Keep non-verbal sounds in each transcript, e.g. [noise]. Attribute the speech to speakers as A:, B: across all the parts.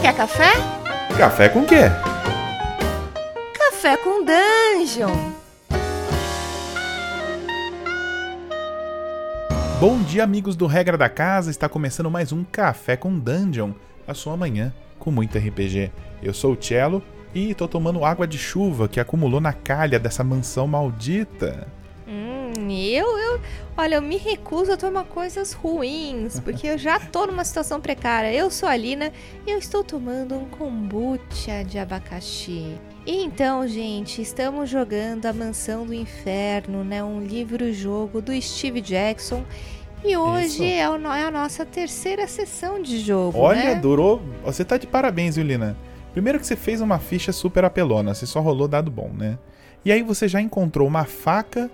A: quer café?
B: Café com quê?
A: Café com Dungeon!
B: Bom dia, amigos do Regra da Casa. Está começando mais um Café com Dungeon, a sua manhã com muito RPG. Eu sou o Cello e tô tomando água de chuva que acumulou na calha dessa mansão maldita.
A: Hum, eu, eu. Olha, eu me recuso a tomar coisas ruins, porque eu já tô numa situação precária. Eu sou a Lina e eu estou tomando um kombucha de abacaxi. E então, gente, estamos jogando A Mansão do Inferno, né? Um livro-jogo do Steve Jackson. E hoje
B: Isso.
A: é, o no- é a nossa terceira sessão de jogo. né?
B: Olha, durou. Você tá de parabéns, viu, Lina? Primeiro que você fez uma ficha super apelona, você só rolou dado bom, né? E aí você já encontrou uma faca,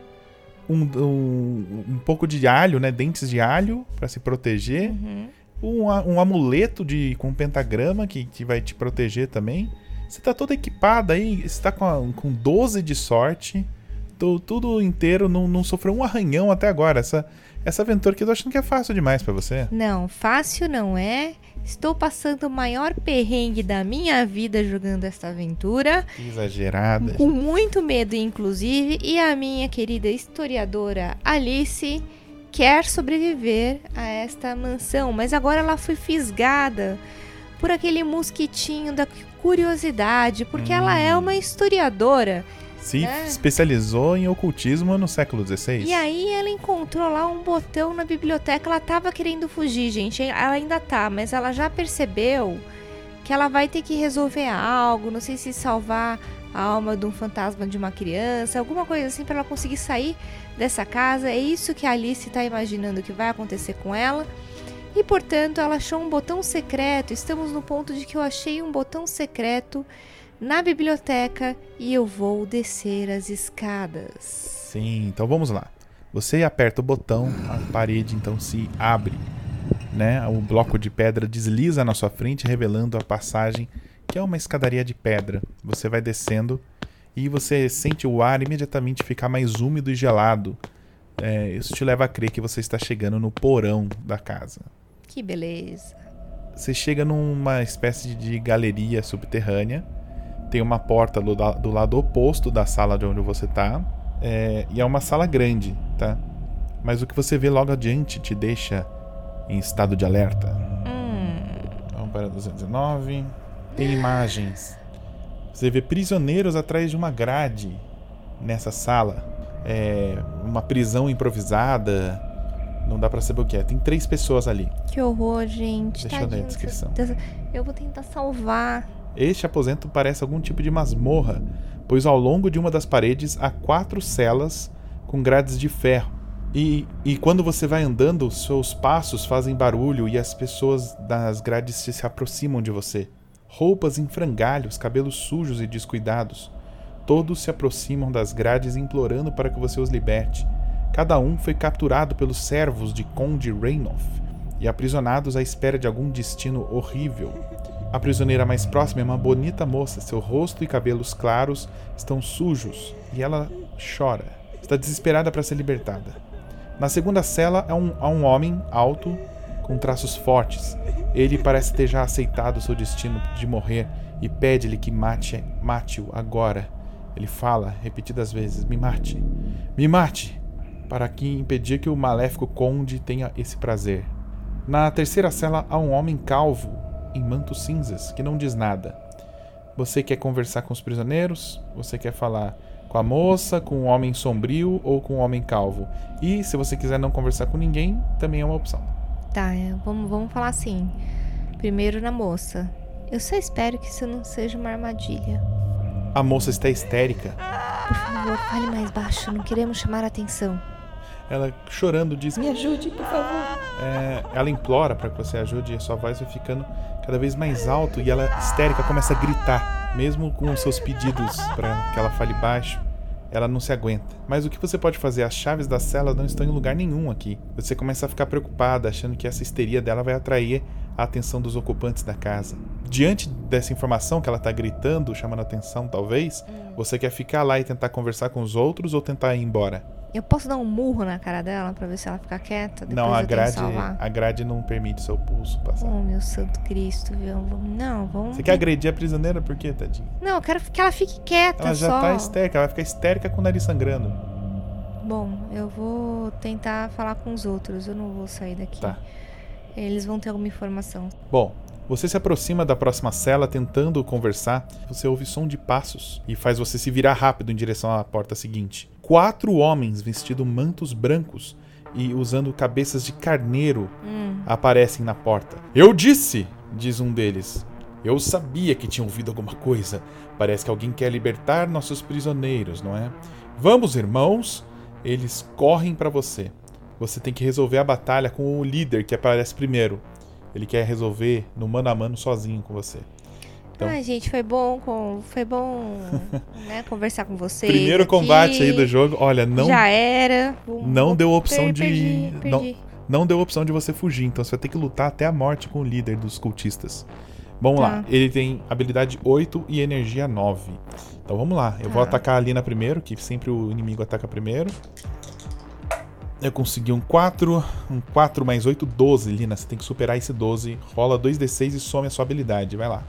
B: um, um, um pouco de alho, né? Dentes de alho pra se proteger.
A: Uhum.
B: um, a- um amuleto de, com um pentagrama que, que vai te proteger também. Você tá toda equipada aí, você tá com, a- com 12 de sorte, tu- tudo inteiro, não, não sofreu um arranhão até agora. Essa, essa aventura aqui eu tô achando que é fácil demais pra você.
A: Não, fácil não é. Estou passando o maior perrengue da minha vida jogando esta aventura.
B: Que Exagerada.
A: Com muito medo, inclusive. E a minha querida historiadora Alice quer sobreviver a esta mansão. Mas agora ela foi fisgada por aquele mosquitinho da curiosidade. Porque ela é
B: Hum.
A: uma historiadora.
B: Se
A: né?
B: especializou em ocultismo no século XVI.
A: E aí ela encontrou lá um botão na biblioteca. Ela tava querendo fugir, gente. Ela ainda tá, mas ela já percebeu que ela vai ter que resolver algo, não sei se salvar a alma de um fantasma de uma criança, alguma coisa assim pra ela conseguir sair dessa casa. É isso que a Alice tá imaginando que vai acontecer com ela. E portanto, ela achou um botão secreto. Estamos no ponto de que eu achei um botão secreto na biblioteca e eu vou descer as escadas.
B: Sim, então vamos lá. Você aperta o botão, a parede então se abre, né? O bloco de pedra desliza na sua frente, revelando a passagem que é uma escadaria de pedra. Você vai descendo e você sente o ar imediatamente ficar mais úmido e gelado. É, isso te leva a crer que você está chegando no porão da casa.
A: Que beleza.
B: Você chega numa espécie de galeria subterrânea. Tem uma porta do, da- do lado oposto da sala de onde você tá. é, e é uma sala grande, tá? Mas o que você vê logo adiante te deixa em estado de alerta.
A: Hum,
B: Vamos para 219. Tem imagens. Você vê prisioneiros atrás de uma grade nessa sala. É uma prisão improvisada. Não dá pra saber o que é. Tem três pessoas ali.
A: que horror, gente.
B: Deixa eu ler a
A: Tadinho, tá
B: descrição.
A: dessa- Eu vou tentar salvar.
B: Este aposento parece algum tipo de masmorra, pois ao longo de uma das paredes há quatro celas com grades de ferro. E, e quando você vai andando, seus passos fazem barulho e as pessoas das grades se, se aproximam de você. Roupas em frangalhos, cabelos sujos e descuidados. Todos se aproximam das grades implorando para que você os liberte. Cada um foi capturado pelos servos de Conde Reynoff e aprisionados à espera de algum destino horrível. A prisioneira mais próxima é uma bonita moça. Seu rosto e cabelos claros estão sujos e ela chora. Está desesperada para ser libertada. Na segunda cela há um, há um homem alto com traços fortes. Ele parece ter já aceitado seu destino de morrer e pede-lhe que mate, mate-o agora. Ele fala repetidas vezes: "Me mate, me mate", para que impedir que o maléfico conde tenha esse prazer. Na terceira cela há um homem calvo em manto cinzas que não diz nada. Você quer conversar com os prisioneiros? Você quer falar com a moça, com o homem sombrio ou com o homem calvo? E se você quiser não conversar com ninguém, também é uma opção.
A: Tá, é, vamos, vamos falar assim. Primeiro na moça. Eu só espero que isso não seja uma armadilha.
B: A moça está histérica.
A: Por favor, fale mais baixo. Não queremos chamar a atenção.
B: Ela chorando diz:
C: Me ajude, por favor.
B: É, ela implora para que você ajude e a sua voz vai ficando cada vez mais alto e ela histérica começa a gritar, mesmo com os seus pedidos para que ela fale baixo. Ela não se aguenta. Mas o que você pode fazer? As chaves da cela não estão em lugar nenhum aqui. Você começa a ficar preocupada, achando que essa histeria dela vai atrair a atenção dos ocupantes da casa. Diante dessa informação que ela tá
C: Hum.
B: gritando, chamando a atenção, talvez, você quer ficar lá e tentar conversar com os outros ou tentar ir embora?
A: Eu posso dar um murro na cara dela pra ver se ela fica quieta? Depois
B: não, a
A: eu tenho que
B: grade,
A: salvar.
B: a grade não permite seu pulso passar.
A: Oh, meu santo Cristo, viu? Não, vamos.
B: Você quer agredir a prisioneira por quê, tadinha?
A: Não, eu quero que ela fique quieta
B: Ela já
A: só.
B: tá histérica, ela vai ficar histérica com o nariz sangrando.
A: Bom, eu vou tentar falar com os outros. Eu não vou sair daqui.
B: Tá.
A: Eles vão ter alguma informação.
B: Bom, você se aproxima da próxima cela tentando conversar. Você ouve som de passos e faz você se virar rápido em direção à porta seguinte. Quatro homens vestidos mantos brancos e usando cabeças de carneiro
A: Hum,
B: aparecem na porta. Eu disse, diz um deles. Eu sabia que tinha ouvido alguma coisa. Parece que alguém quer libertar nossos prisioneiros, não é? Vamos, irmãos. Eles correm pra você. Você tem que resolver a batalha com o líder que aparece primeiro. Ele quer resolver no mano a mano sozinho com você. Então-
A: Ai, gente, foi bom, com... foi
B: [laughs]
A: bom né, conversar com vocês.
B: Primeiro
A: aqui.
B: combate aí do jogo. Olha, não
A: Já era. Vou-
B: não
A: vou-
B: deu opção
A: per-
B: de
A: perdi,
B: não-
A: perdi.
B: não deu opção de você fugir, então você vai ter que lutar até a morte com o líder dos cultistas. Vamos lá,
A: Tá.
B: ele tem habilidade 8 e energia 9. Então vamos lá, eu vou
A: Tá.
B: atacar a Lina primeiro, que sempre o inimigo ataca primeiro. Eu consegui um 4, um 4 mais 8, 12, Lina. Você tem que superar esse 12. Rola 2d6 e some a sua habilidade, vai lá.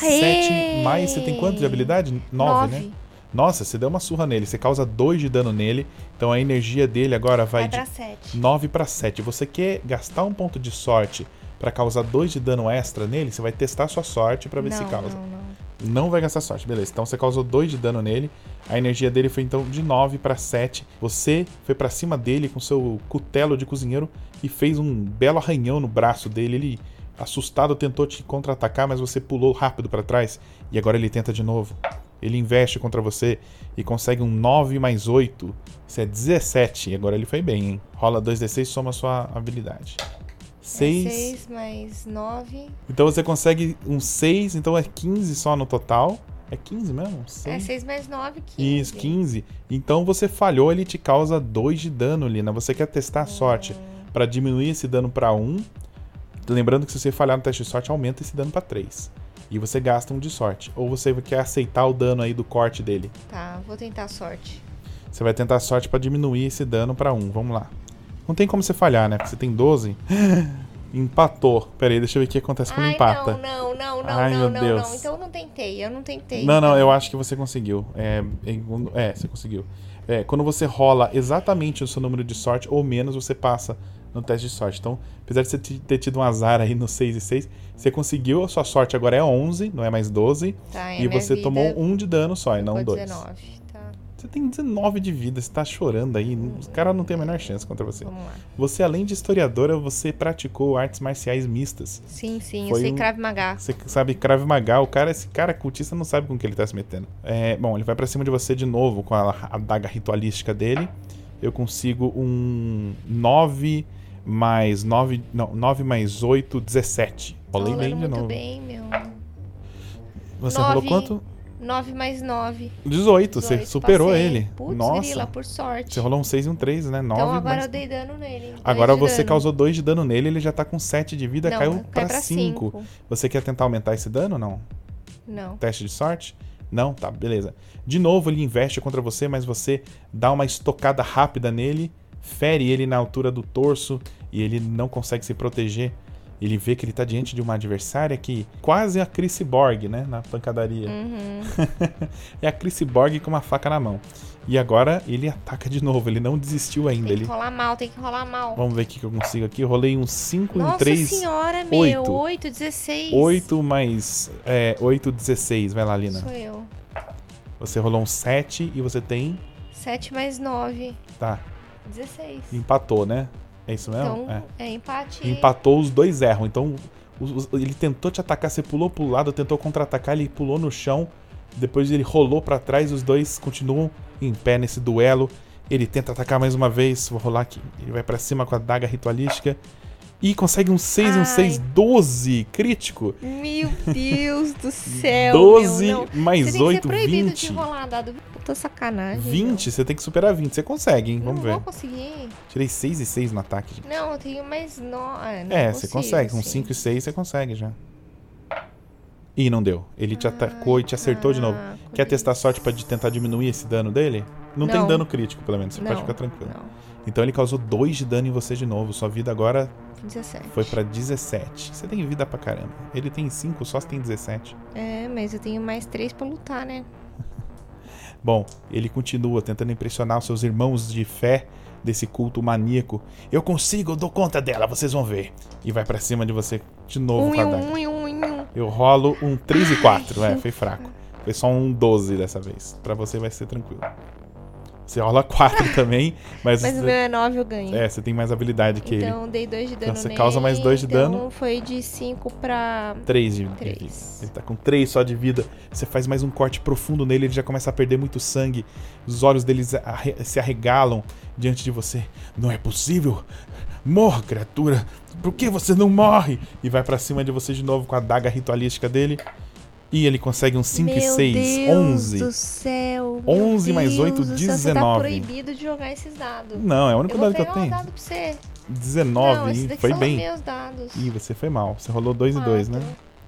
A: Aê!
B: 7 mais, você tem quanto de habilidade? 9, né?
A: Nove.
B: Nossa, você deu uma surra nele, você causa 2 de dano nele. Então a energia dele agora
A: Vai
B: vai, de
A: pra sete.
B: 9 para 7. Você quer gastar um ponto de sorte para causar 2 de dano extra nele? Você vai testar sua sorte para ver se
A: Não,
B: causa.
A: não, não.
B: Não. vai gastar sorte, beleza. Então você causou 2 de dano nele. A energia dele foi então de 9 para 7. Você foi para cima dele com seu cutelo de cozinheiro e fez um belo arranhão no braço dele. Ele, assustado, tentou te contra-atacar, mas você pulou rápido para trás e agora ele tenta de novo. Ele investe contra você e consegue um 9 mais 8. Isso é 17. E agora ele foi bem, hein? Rola 2d6, soma sua habilidade.
A: É
B: 6.
A: seis mais nove.
B: Então você consegue um 6, então é 15 só no total. É 15 mesmo?
A: É
B: Seis?
A: seis mais nove, quinze.
B: Isso, 15. Então você falhou, ele te causa 2 de dano, Lina. Você quer testar a sorte pra diminuir esse dano pra 1. Lembrando que se você falhar no teste de sorte, aumenta esse dano pra 3. E você gasta um de sorte. Ou você quer aceitar o dano aí do corte dele.
A: Tá, vou tentar a sorte.
B: Você vai tentar a sorte pra diminuir esse dano pra 1. Vamos lá. Não tem como você falhar, né? Porque você tem 12. [laughs] Empatou. Pera aí, deixa eu ver o que acontece quando
A: Ai,
B: empata.
A: não, não, não, não,
B: Ai,
A: não,
B: meu
A: não,
B: Deus.
A: não. Então eu não tentei, eu não tentei.
B: Não, não, eu acho que você conseguiu. É, em- é, você conseguiu. É, quando você rola exatamente o seu número de sorte ou menos, você passa no teste de sorte. Então, apesar de você ti- ter tido um azar aí no 6 e 6, você conseguiu, a sua sorte agora é 11, não é mais 12,
A: Tá, é
B: e
A: a minha
B: você
A: vida
B: tomou um de dano só, e não
A: ficou
B: dois.
A: 19, tá,
B: Você tem 19 de vida, você tá chorando aí,
A: Hum.
B: os caras não tem a menor chance contra você.
A: vamos lá.
B: Você, além de historiadora, você praticou artes marciais mistas.
A: Sim, sim,
B: Foi
A: eu sei
B: um-
A: Krav Maga.
B: Você sabe Krav Maga, o cara, esse cara cultista não sabe com que ele tá se metendo. É, bom, ele vai pra cima de você de novo com a a adaga ritualística dele. Eu consigo um 9 mais 9, não, 9 mais 8, 17. Rolei
A: Tô rolando
B: bem de
A: muito
B: novo.
A: bem, meu.
B: Você
A: Nove.
B: rolou quanto?
A: 9 mais 9.
B: 18, você superou ele.
A: Putz,
B: Nossa,
A: grila, por sorte.
B: você rolou um 6 e um 3, né? 9
A: então agora
B: mais...
A: eu dei dano nele. dois
B: Agora
A: de
B: você
A: dano.
B: causou 2 de dano nele, ele já tá com 7 de vida,
A: não,
B: caiu
A: cai
B: pra 5.
A: cinco.
B: Você quer tentar aumentar esse dano ou não?
A: Não.
B: teste de sorte? Não? Tá, beleza. De novo, ele investe contra você, mas você dá uma estocada rápida nele, fere ele na altura do torso e ele não consegue se proteger. Ele vê que ele tá diante de uma adversária que quase é a Chris Borg, né? Na pancadaria.
A: Uhum.
B: É a Chris Borg com uma faca na mão. E agora ele ataca de novo, ele não desistiu ainda.
A: Tem que
B: Ele...
A: rolar mal, tem que rolar mal.
B: Vamos ver o que que eu consigo aqui. Eu rolei um 5 em
A: Nossa
B: 3.
A: senhora, meu.
B: oito.
A: 8, 16.
B: 8 mais é, 8, 16. Vai lá, Lina.
A: Sou eu.
B: Você rolou um 7 e você tem.
A: 7 mais 9,
B: Tá,
A: 16.
B: Empatou, né? É isso mesmo?
A: Então,
B: É.
A: é, empate.
B: Empatou, os dois erram. Então, os- os- ele tentou te atacar, você pulou pro lado, tentou contra-atacar, ele pulou no chão. Depois ele rolou pra trás, os dois continuam em pé nesse duelo. Ele tenta atacar mais uma vez, vou rolar aqui. Ele vai pra cima com a daga ritualística. E consegue um 6 e um
A: Ai.
B: 6, 12, crítico.
A: Meu Deus
B: [laughs]
A: do céu.
B: 12
A: é meu, não. Você
B: mais
A: tem que ser
B: 8,
A: proibido de
B: 20.
A: rolar dado. Puta sacanagem. meu.
B: 20, você tem que superar 20. Você consegue, hein? Vamos
A: não
B: ver.
A: vou conseguir.
B: Tirei 6 e 6 no ataque, gente.
A: Não, eu tenho mais ah, 9.
B: É, você consegue. Com 5 e 6 você consegue já.
A: Ah,
B: tipo, Ih, não deu. Ele te atacou e te acertou de novo. Quer testar a sorte pra de tentar diminuir esse dano dele? Não, tem
A: Não.
B: dano crítico, pelo menos. Você
A: não,
B: pode ficar tranquilo.
A: Não,
B: Então ele causou 2 de dano em você de novo. Sua vida agora
A: 17.
B: foi pra 17. Você tem vida pra caramba. Ele tem 5, só se tem 17.
A: É, mas eu tenho mais três pra lutar, né?
B: Bom, ele continua tentando impressionar os seus irmãos de fé desse culto maníaco. Eu consigo, eu dou conta dela, vocês vão ver. E vai pra cima de você de novo
A: Um
B: com
A: e
B: a
A: um,
B: daga.
A: um e um, um e um.
B: Eu rolo um 3 e 4. É,
A: que
B: foi fraco. Foi só um 12 dessa vez. Pra você vai ser tranquilo. Você rola
A: [laughs]
B: 4 também, mas,
A: Mas o meu
B: você,
A: é 9, eu ganho.
B: é, você tem mais habilidade que ele.
A: então eu dei 2 de dano
B: Então você
A: nele.
B: causa mais dois de
A: então
B: dano.
A: foi de 5 pra
B: 3 de, de vida.
A: 3.
B: Ele tá com 3 só de vida. Você faz mais um corte profundo nele, ele já começa a perder muito sangue. Os olhos deles arre- se arregalam diante de você. Não é possível! Morra, criatura! Por que você não morre? E vai pra cima de você de novo com a daga ritualística dele. E ele consegue um 5 e 6, 11.
A: do céu.
B: 11
A: meu
B: mais
A: Deus
B: oito,
A: do céu, Você tá
B: 19.
A: proibido de jogar esses dados.
B: Não, é o único
A: eu vou
B: dado que
A: pegar
B: eu tenho.
A: um dado pra você. Não,
B: 19,
A: esses
B: hein?
A: daqui
B: Foi
A: são
B: bem.
A: os meus dados.
B: Ih, você foi mal. Você rolou 2 e 2, né?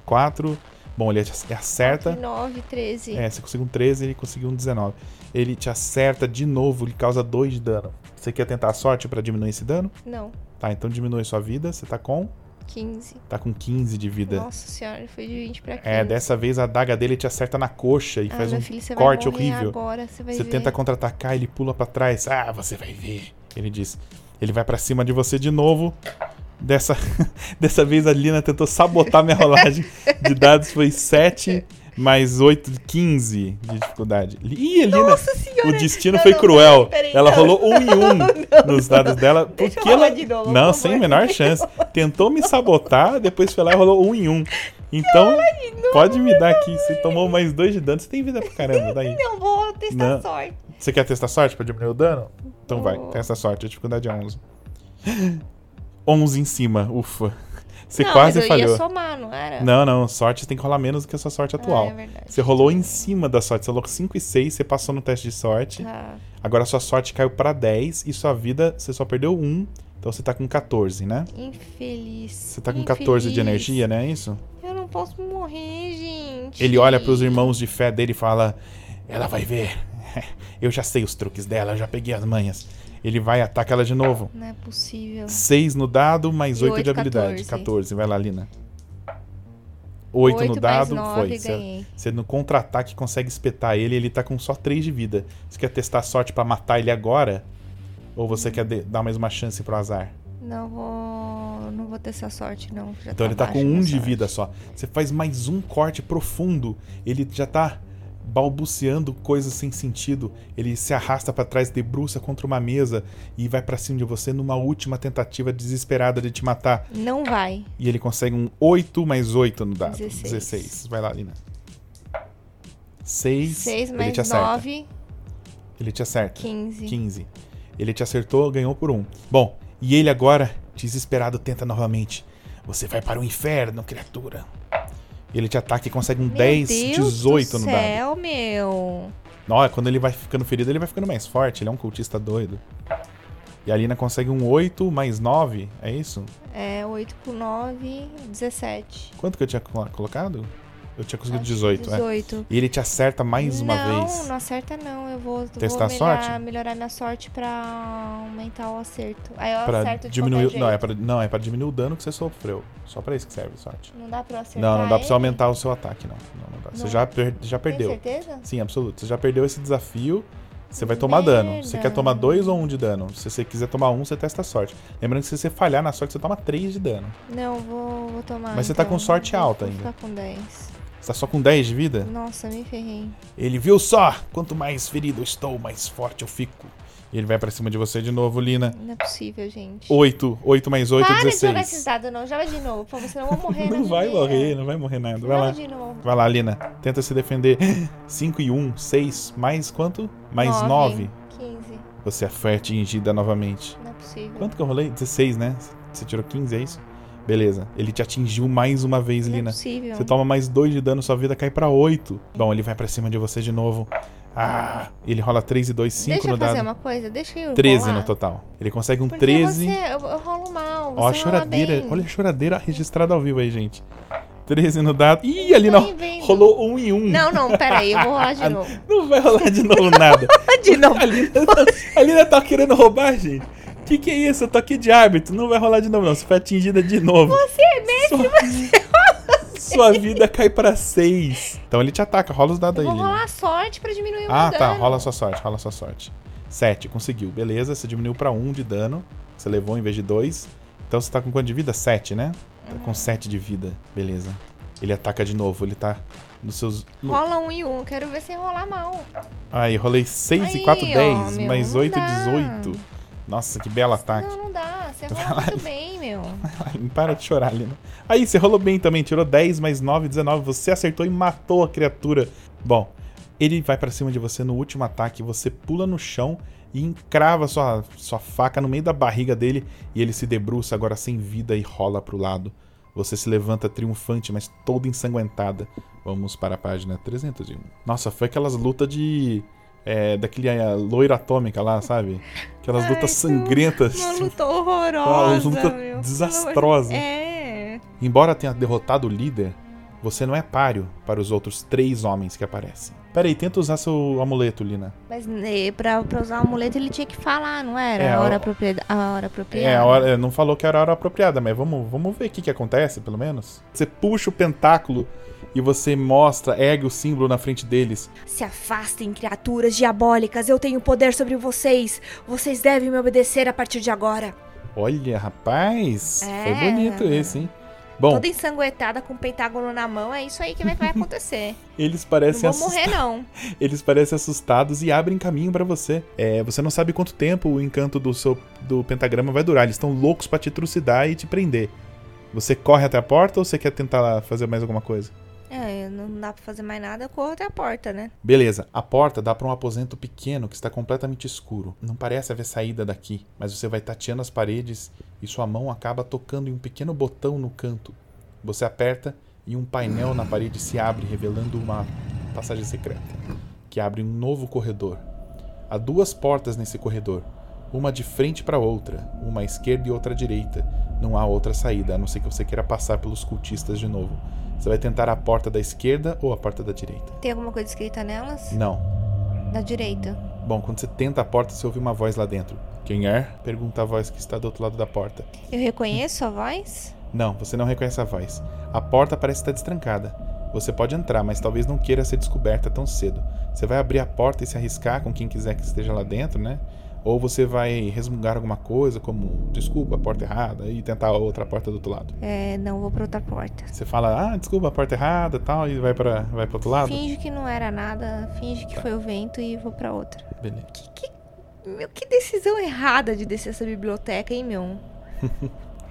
B: 4. Bom, ele ac- acerta.
A: 9, 13.
B: É, você conseguiu um 13, ele conseguiu um 19. Ele te acerta de novo, ele causa 2 de dano. Você quer tentar a sorte pra diminuir esse dano?
A: Não,
B: Tá, então diminui sua vida. Você tá com?
A: 15.
B: Tá com 15 de vida.
A: Nossa senhora, ele foi de 20 pra 15.
B: é, dessa vez a adaga dele te acerta na coxa e
A: ah,
B: faz
A: meu
B: um
A: filho, você
B: corte
A: vai morrer
B: horrível.
A: Agora, você vai
B: Você
A: ver. [laughs]
B: tenta contra-atacar, ele pula pra trás. Ah, você vai ver. Ele diz. Ele vai pra cima de você de novo. Dessa, [laughs] dessa vez a Lina tentou sabotar minha rolagem de dados. Foi 7 mais 8, 15 de dificuldade. Ih, a Lina,
A: Nossa senhora.
B: o destino
A: Não,
B: foi
A: não,
B: cruel.
A: não, peraí,
B: ela
A: não.
B: rolou um em
A: [laughs]
B: um nos dados dela.
A: Deixa
B: Porque
A: eu rolar
B: ela.
A: de novo,
B: não,
A: por
B: sem a
A: favor.
B: menor chance. Tentou me sabotar, depois foi lá e rolou um em um. Então, pode me dar aqui. Você tomou mais dois de dano. Você tem vida pra caramba, tá daí.
A: Não vou testar
B: Não.
A: sorte.
B: Você quer testar sorte pra diminuir o dano? Então vai,
A: Vou.
B: testa sorte. A dificuldade é 11. 11 em cima, ufa. Você
A: não,
B: quase
A: mas eu
B: falhou.
A: ia somar, não era?
B: Não, não, sorte tem que rolar menos do que a sua sorte
A: Ah,
B: atual.
A: é verdade.
B: você rolou em cima da sorte, você rolou 5 e 6, você passou no teste de sorte.
A: Tá.
B: Agora sua sorte caiu pra 10 e sua vida, você só perdeu 1. Então você tá com 14, né?
A: Infeliz.
B: Você tá com 14 de
A: infeliz.
B: energia, né? É isso?
A: Eu não posso morrer, gente.
B: Ele olha pros irmãos de fé dele e fala: Ela vai ver. Eu já sei os truques dela, eu já peguei as manhas. Ele vai e ataca ela de novo.
A: Não é possível.
B: 6 no dado, mais
A: E
B: 8
A: oito,
B: de habilidade. 14.
A: 14.
B: Vai lá, Lina. 8 no
A: Oito
B: dado,
A: mais nove,
B: foi. Você-
A: ganhei.
B: Você no contra-ataque consegue espetar ele, ele tá com só 3 de vida. Você quer testar a sorte pra matar ele agora? Ou você quer de- dar mais uma chance pro azar?
A: Não vou. Não vou ter essa sorte, não. Já
B: Então ele tá com
A: baixa minha
B: um de
A: sorte.
B: vida só. Você faz mais um corte profundo, ele já tá balbuciando coisas sem sentido. Ele se arrasta pra trás, debruça contra uma mesa e vai pra cima de você numa última tentativa desesperada de te matar.
A: Não vai.
B: E ele consegue um 8 mais 8 no dado. 16.
A: 16.
B: Vai lá, Lina. 6.
A: 6
B: ele
A: mais
B: te acerta.
A: 9,
B: Ele te acerta.
A: 15.
B: 15. Ele te acertou, ganhou por um. Bom, e ele agora, desesperado, tenta novamente. Você vai para o inferno, criatura. Ele te ataca e consegue um
A: Meu
B: 10,
A: Deus
B: 18
A: do
B: no dado.
A: céu, meu.
B: Não, é quando ele vai ficando ferido, ele vai ficando mais forte. Ele é um cultista doido. E a Lina consegue um 8 mais 9, é isso?
A: É 8 por 9, 17.
B: Quanto que eu tinha colo- colocado? Eu tinha conseguido
A: Acho que
B: 18, é.
A: 18.
B: E ele te acerta mais uma
A: não,
B: vez.
A: Não, acerta não. Eu vou,
B: Testar a
A: vou melhorar,
B: sorte?
A: melhorar minha sorte pra aumentar o acerto. Aí eu
B: Pra
A: acerto de
B: diminuir,
A: qualquer
B: não, é
A: jeito.
B: pra, não, é pra diminuir o dano que você sofreu. Só pra isso que serve, sorte.
A: Não dá pra eu acertar é?
B: Não, não dá pra
A: ele?
B: você aumentar o seu ataque, não. Não, não dá. Você
A: tá Não.
B: já, per- já perdeu.
A: Tem certeza?
B: Sim, absoluto. Você já perdeu esse desafio. Você vai tomar dano. Você quer
A: Merda.
B: tomar dois ou um de dano? Se você quiser tomar um, você testa a sorte. Lembrando que se você falhar na sorte, você toma três de dano.
A: Não, vou, vou tomar.
B: Mas você tá
A: então.
B: com sorte
A: Vou-
B: alta
A: vou
B: ainda.
A: ficar com 10.
B: Você tá só com 10 de vida?
A: Nossa, me ferrei.
B: Ele viu só! Quanto mais ferido eu estou, mais forte eu fico. E ele vai pra cima de você de novo, Lina.
A: Não é possível, gente.
B: 8, 8 mais é 8,
A: Para de jogar esses
B: 16.
A: dados, não. Joga de novo, porque senão eu vou morrer.
B: [laughs] Não
A: na
B: vai
A: primeira.
B: morrer, não vai morrer nada. Vai
A: Joga
B: lá.
A: de novo.
B: Vai lá, Lina. Tenta se defender. [gasps] 5 e 1, 6, mais quanto? Mais
A: Nove.
B: 9.
A: 15.
B: Você é atingida novamente.
A: Não é possível.
B: Quanto que eu rolei? 16, né? Você tirou 15, é isso? Beleza. Ele te atingiu mais uma vez,
A: Não é
B: Lina.
A: possível.
B: Você tá toma mais 2 de dano, sua vida cai pra 8. Bom, ele vai pra cima de você de novo. Ah! Ele rola 3 e 2, 5
A: Deixa
B: no
A: eu fazer
B: dado.
A: uma coisa, deixa eu
B: 13
A: rolar.
B: no total. Ele consegue um
A: Porque
B: 13.
A: Você, eu, eu rolo mal, você
B: Ó, a
A: rola
B: choradeira.
A: bem.
B: Olha a choradeira registrada ao vivo aí, gente. 13 no dado. Ih, ali não.
A: Aí vem-
B: Rolou um em um. Ah, tá
A: Não, não, peraí, eu vou rolar
B: [laughs]
A: de novo.
B: Não vai rolar de
A: [laughs]
B: novo nada.
A: De novo.
B: A Lina, a Lina tá querendo roubar, gente. Que que é isso? Eu tô aqui de árbitro. Não vai rolar de novo, não. Você foi atingida de novo. Você é mesmo, sua...
A: é
B: [laughs] Sua vida cai pra seis. Então ele te ataca. Rola os dados
A: Eu vou
B: aí, Lina.
A: rolar a sorte pra diminuir o
B: Ah,
A: meu
B: tá.
A: dano.
B: Rola a sua sorte, rola a sua sorte. Sete, conseguiu. Beleza, você diminuiu pra um de dano. Você levou em vez de dois. Então você tá com quanto de vida? Sete, né? Tá
A: Uhum.
B: com sete de vida. Beleza. Ele ataca de novo. Ele tá nos seus...
A: Rola um e um, quero ver se rolar mal.
B: Aí, rolei 6 e
A: Aí,
B: 4,
A: ó,
B: 10.
A: meu,
B: mais
A: não
B: 8,
A: dá.
B: 18. Nossa, que belo ataque.
A: Não, não dá, você rola muito bem, meu.
B: Ai, [laughs] Para de chorar, Lina. Aí, você rolou bem também. Tirou 10 mais 9, 19. Você acertou e matou a criatura. Bom, ele vai pra cima de você no último ataque. Você pula no chão e encrava sua, sua faca no meio da barriga dele. E ele se debruça agora sem vida e rola pro lado. Você se levanta triunfante, mas toda ensanguentada. Vamos para a página 301. Nossa, foi aquelas lutas de. É, daquele é, loira atômica lá, sabe? Aquelas
A: Ai,
B: lutas
A: foi um-
B: sangrentas.
A: Uma
B: tipo,
A: luta
B: uma
A: horrorosa,
B: luta
A: meu.
B: desastrosa.
A: É.
B: Embora tenha derrotado o líder, você não é páreo para os outros três homens que aparecem. Peraí, tenta usar seu amuleto, Lina.
A: Mas né, pra, pra usar o amuleto ele tinha que falar, não era?
B: É,
A: a, hora
B: o-
A: apropria... a hora apropriada.
B: É, a hora, não falou que era a hora apropriada, mas vamos, vamos ver o que, que acontece, pelo menos. Você puxa o pentáculo e você mostra, ergue o símbolo na frente deles.
C: Se afastem, criaturas diabólicas, eu tenho poder sobre vocês. Vocês devem me obedecer a partir de agora.
B: Olha, rapaz, foi
A: É.
B: bonito esse, hein? Bom,
A: Toda ensanguentada com o pentágono na mão, é isso aí que vai, vai acontecer.
B: [laughs] eles
A: não
B: parecem
A: vou
B: assustados.
A: morrer, não.
B: Eles parecem assustados e abrem caminho pra você. É, você não sabe quanto tempo o encanto do seu do pentagrama vai durar. Eles estão loucos pra te trucidar e te prender. Você corre até a porta ou você quer tentar fazer mais alguma coisa?
A: É, não dá pra fazer mais nada, eu corro até a porta, né?
B: Beleza, a porta dá pra um aposento pequeno que está completamente escuro. Não parece haver saída daqui, mas você vai tateando as paredes e sua mão acaba tocando em um pequeno botão no canto. Você aperta e um painel na parede se abre, revelando uma passagem secreta que abre um novo corredor. Há duas portas nesse corredor, uma de frente para outra, uma à esquerda e outra à direita. Não há outra saída, a não ser que você queira passar pelos cultistas de novo. Você vai tentar a porta da esquerda ou a porta da direita?
A: Tem alguma coisa escrita nelas?
B: Não.
A: Da direita.
B: Bom, quando você tenta a porta, você ouve uma voz lá dentro. Quem é? Pergunta a voz que está do outro lado da porta.
A: Eu reconheço a voz?
B: Não, você não reconhece a voz. A porta parece estar destrancada. Você pode entrar, mas talvez não queira ser descoberta tão cedo. Você vai abrir a porta e se arriscar com quem quiser que esteja lá dentro, né? Ou você vai resmungar alguma coisa, como desculpa, a porta errada, e tentar a outra porta do outro lado.
A: É, não, vou pra outra porta.
B: Você fala, ah, desculpa, a porta errada tal, e vai para vai pro outro lado.
A: Finge que não era nada, finge que foi o vento e vou pra outra.
B: Beleza.
A: Que, que, meu, que decisão errada de descer essa biblioteca, hein, meu?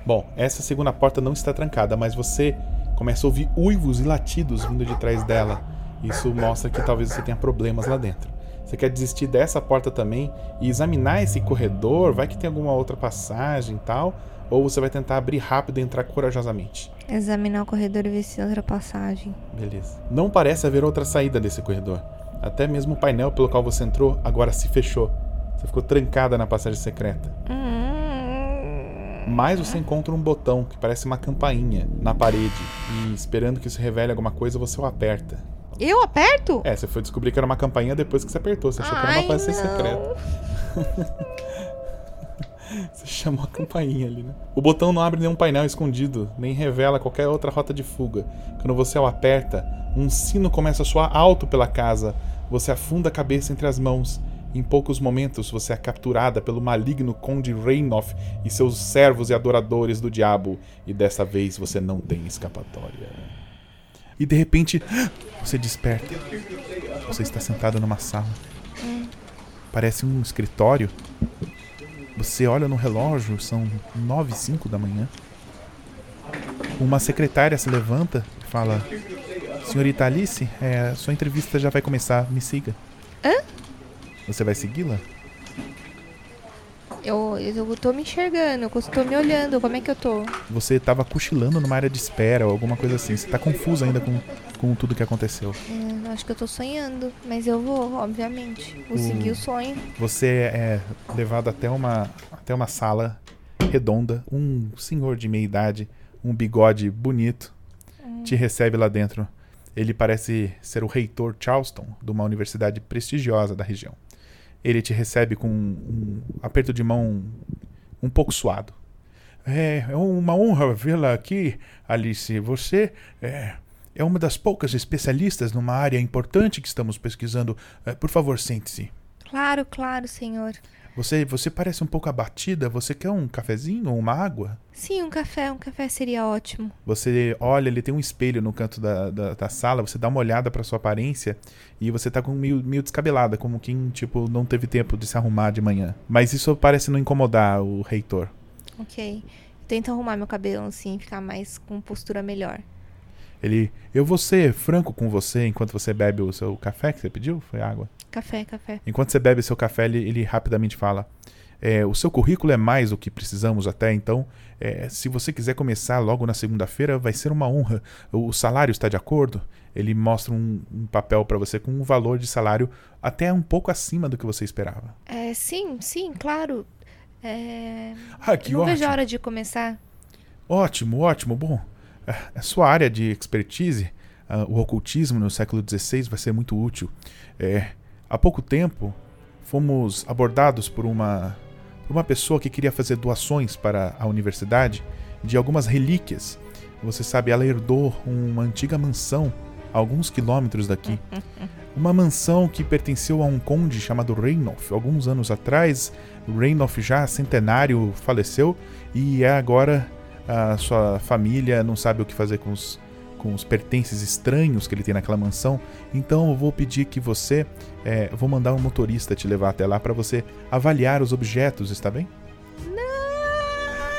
B: Bom, essa segunda porta não está trancada, mas você começa a ouvir uivos e latidos vindo de trás dela. Isso mostra que talvez você tenha problemas lá dentro. Você quer desistir dessa porta também e examinar esse corredor? Vai que tem alguma outra passagem e tal? Ou você vai tentar abrir rápido e entrar corajosamente?
A: Examinar o corredor e ver se tem outra passagem.
B: Beleza. Não parece haver outra saída desse corredor. Até mesmo o painel pelo qual você entrou agora se fechou. Você ficou trancada na passagem secreta.
A: Hum,
B: Mas você encontra um botão que parece uma campainha na parede. E esperando que isso revele alguma coisa, você o aperta.
A: eu aperto?
B: É, você foi descobrir que era uma campainha depois que você apertou. Você achou que era
A: Ai,
B: uma passagem
A: não.
B: secreta. [laughs] Você chamou a campainha ali, né? O botão não abre nenhum painel escondido, nem revela qualquer outra rota de fuga. Quando você o aperta, um sino começa a soar alto pela casa. Você afunda a cabeça entre as mãos. Em poucos momentos, você é capturada pelo maligno Conde Reynoff e seus servos e adoradores do diabo. E dessa vez você não tem escapatória. E de repente, [gasps] você desperta. Você está sentado numa sala. Parece um escritório. Você olha no relógio, são nove e cinco da manhã. Uma secretária se levanta e fala: Senhorita Alice, é, sua entrevista já vai começar, me siga. Hã? Você vai segui-la?
A: Eu, eu tô me enxergando, eu tô me olhando, como é que eu tô?
B: Você estava cochilando numa área de espera ou alguma coisa assim. Você está confuso ainda com, com tudo que aconteceu.
A: É, acho que eu tô sonhando, mas eu vou, obviamente. Vou seguir o sonho.
B: Você é levado até uma, até uma sala redonda. Um senhor de meia idade, um bigode bonito, te recebe lá dentro. Ele parece ser o reitor Charleston, de uma universidade prestigiosa da região. Ele te recebe com um aperto de mão um pouco suado.
D: É é uma honra vê-la aqui, Alice. Você é, é uma das poucas especialistas numa área importante que estamos pesquisando. É, por favor, sente-se.
A: Claro, claro, senhor.
D: Você, você parece um pouco abatida. Você quer um cafezinho ou uma água?
A: Sim, um café, um café seria ótimo.
B: Você olha, ele tem um espelho no canto da, da, da sala, você dá uma olhada pra sua aparência e você tá com meio, meio descabelada, como quem, tipo, não teve tempo de se arrumar de manhã. Mas isso parece não incomodar o reitor.
A: Ok. Eu tento arrumar meu cabelo assim, ficar mais com postura melhor.
B: Ele. Eu vou ser franco com você enquanto você bebe o seu café que você pediu? Foi água?
A: Café, café.
B: Enquanto você bebe seu café, ele, ele rapidamente fala: "É, O seu currículo é mais o que precisamos até então. É, se você quiser começar logo na segunda-feira, vai ser uma honra. O salário está de acordo? Ele mostra um, um papel para você com um valor de salário até um pouco acima do que você esperava.
A: É, sim, sim, claro. É...
D: Ah, que
A: não
D: ótimo.
A: vejo a hora de começar.
D: Ótimo, ótimo. Bom,
B: Ah, A sua área de expertise, ah, o ocultismo no século XVI, vai ser muito útil. É, há pouco tempo, fomos abordados por uma, por uma pessoa que queria fazer doações para a universidade de algumas relíquias. Você sabe, ela herdou uma antiga mansão a alguns quilômetros daqui. Uma mansão que pertenceu a um conde chamado Reynoff. Alguns anos atrás, Reynoff, já centenário, faleceu e é agora a sua família não sabe o que fazer com os, com os pertences estranhos que ele tem naquela mansão. Então eu vou pedir que você. é, eu vou mandar um motorista te levar até lá para você avaliar os objetos, está bem?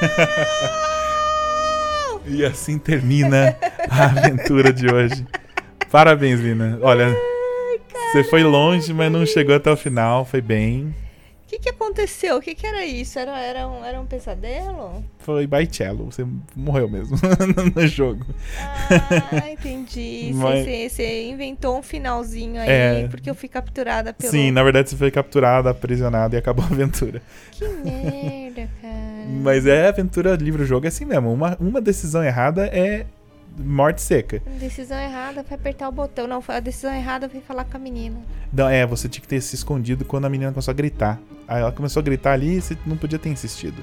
B: Não! [laughs] e assim termina a aventura de hoje. Parabéns, Lina. Olha, você foi longe, mas não chegou até o final. Foi bem.
A: O que, que aconteceu? O que, que era isso? Era, era, um, era um
B: [laughs]
A: pesadelo?
B: Foi Baicello. Você morreu mesmo [laughs] no jogo.
A: Ah, entendi.
B: Mas-
A: Você, inventou um finalzinho aí,
B: É.
A: porque eu fui capturada pelo.
B: Sim, na verdade você foi capturado, aprisionado e acabou a aventura.
A: Que merda, cara.
B: Mas é aventura livro-jogo é assim mesmo. Uma, uma decisão errada é morte seca.
A: Decisão errada foi apertar o botão. Não, foi a decisão errada foi falar com a menina.
B: Não, é, você tinha que ter se escondido quando a menina começou a gritar. Aí ela começou a gritar ali e você não podia ter insistido.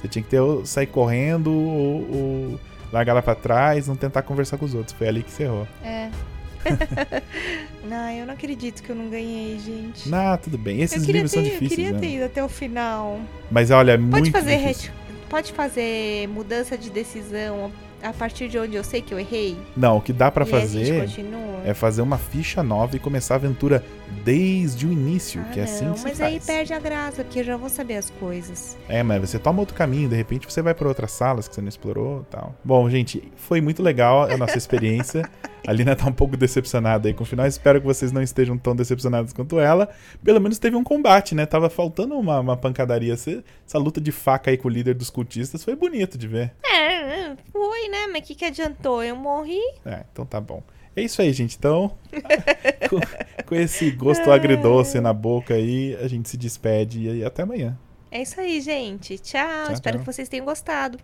B: Você tinha que ter ou sair correndo ou, ou largar ela pra trás, não tentar conversar com os outros. Foi ali que você errou.
A: É. não, eu não acredito que eu não ganhei, gente.
B: Ah, tudo bem. Esses
A: eu queria, ter,
B: livros são
A: eu
B: difíceis,
A: queria
B: né?
A: ter ido até o final.
B: Mas olha, é
A: Pode
B: muito
A: fazer,
B: difícil.
A: ret- pode fazer mudança de decisão a partir de onde eu sei que eu errei?
B: Não, o que dá pra
A: e a gente
B: fazer
A: continua?
B: é fazer uma ficha nova e começar a aventura desde o início,
A: Ah,
B: que é assim
A: não,
B: que se
A: mas
B: faz.
A: aí perde a graça, porque eu já vou saber as coisas.
B: É, mas você toma outro caminho, de repente você vai pra outras salas que você não explorou e tal. Bom, gente, foi muito legal a
A: [laughs]
B: nossa experiência. A Lina tá um pouco decepcionada aí com o final. Espero que vocês não estejam tão decepcionados quanto ela. Pelo menos teve um combate, né? Tava faltando uma, uma pancadaria. Esse- Essa luta de faca aí com o líder dos cultistas foi bonito de ver.
A: É, foi, né? Mas o que, que adiantou? Eu morri?
B: É, então tá bom. É isso aí, gente. Então, [laughs] com, com esse gosto agridoce na boca aí, a gente se despede e até amanhã.
A: É isso aí, gente. Tchau.
B: Tchau,
A: Espero
B: tchau.
A: que vocês tenham gostado.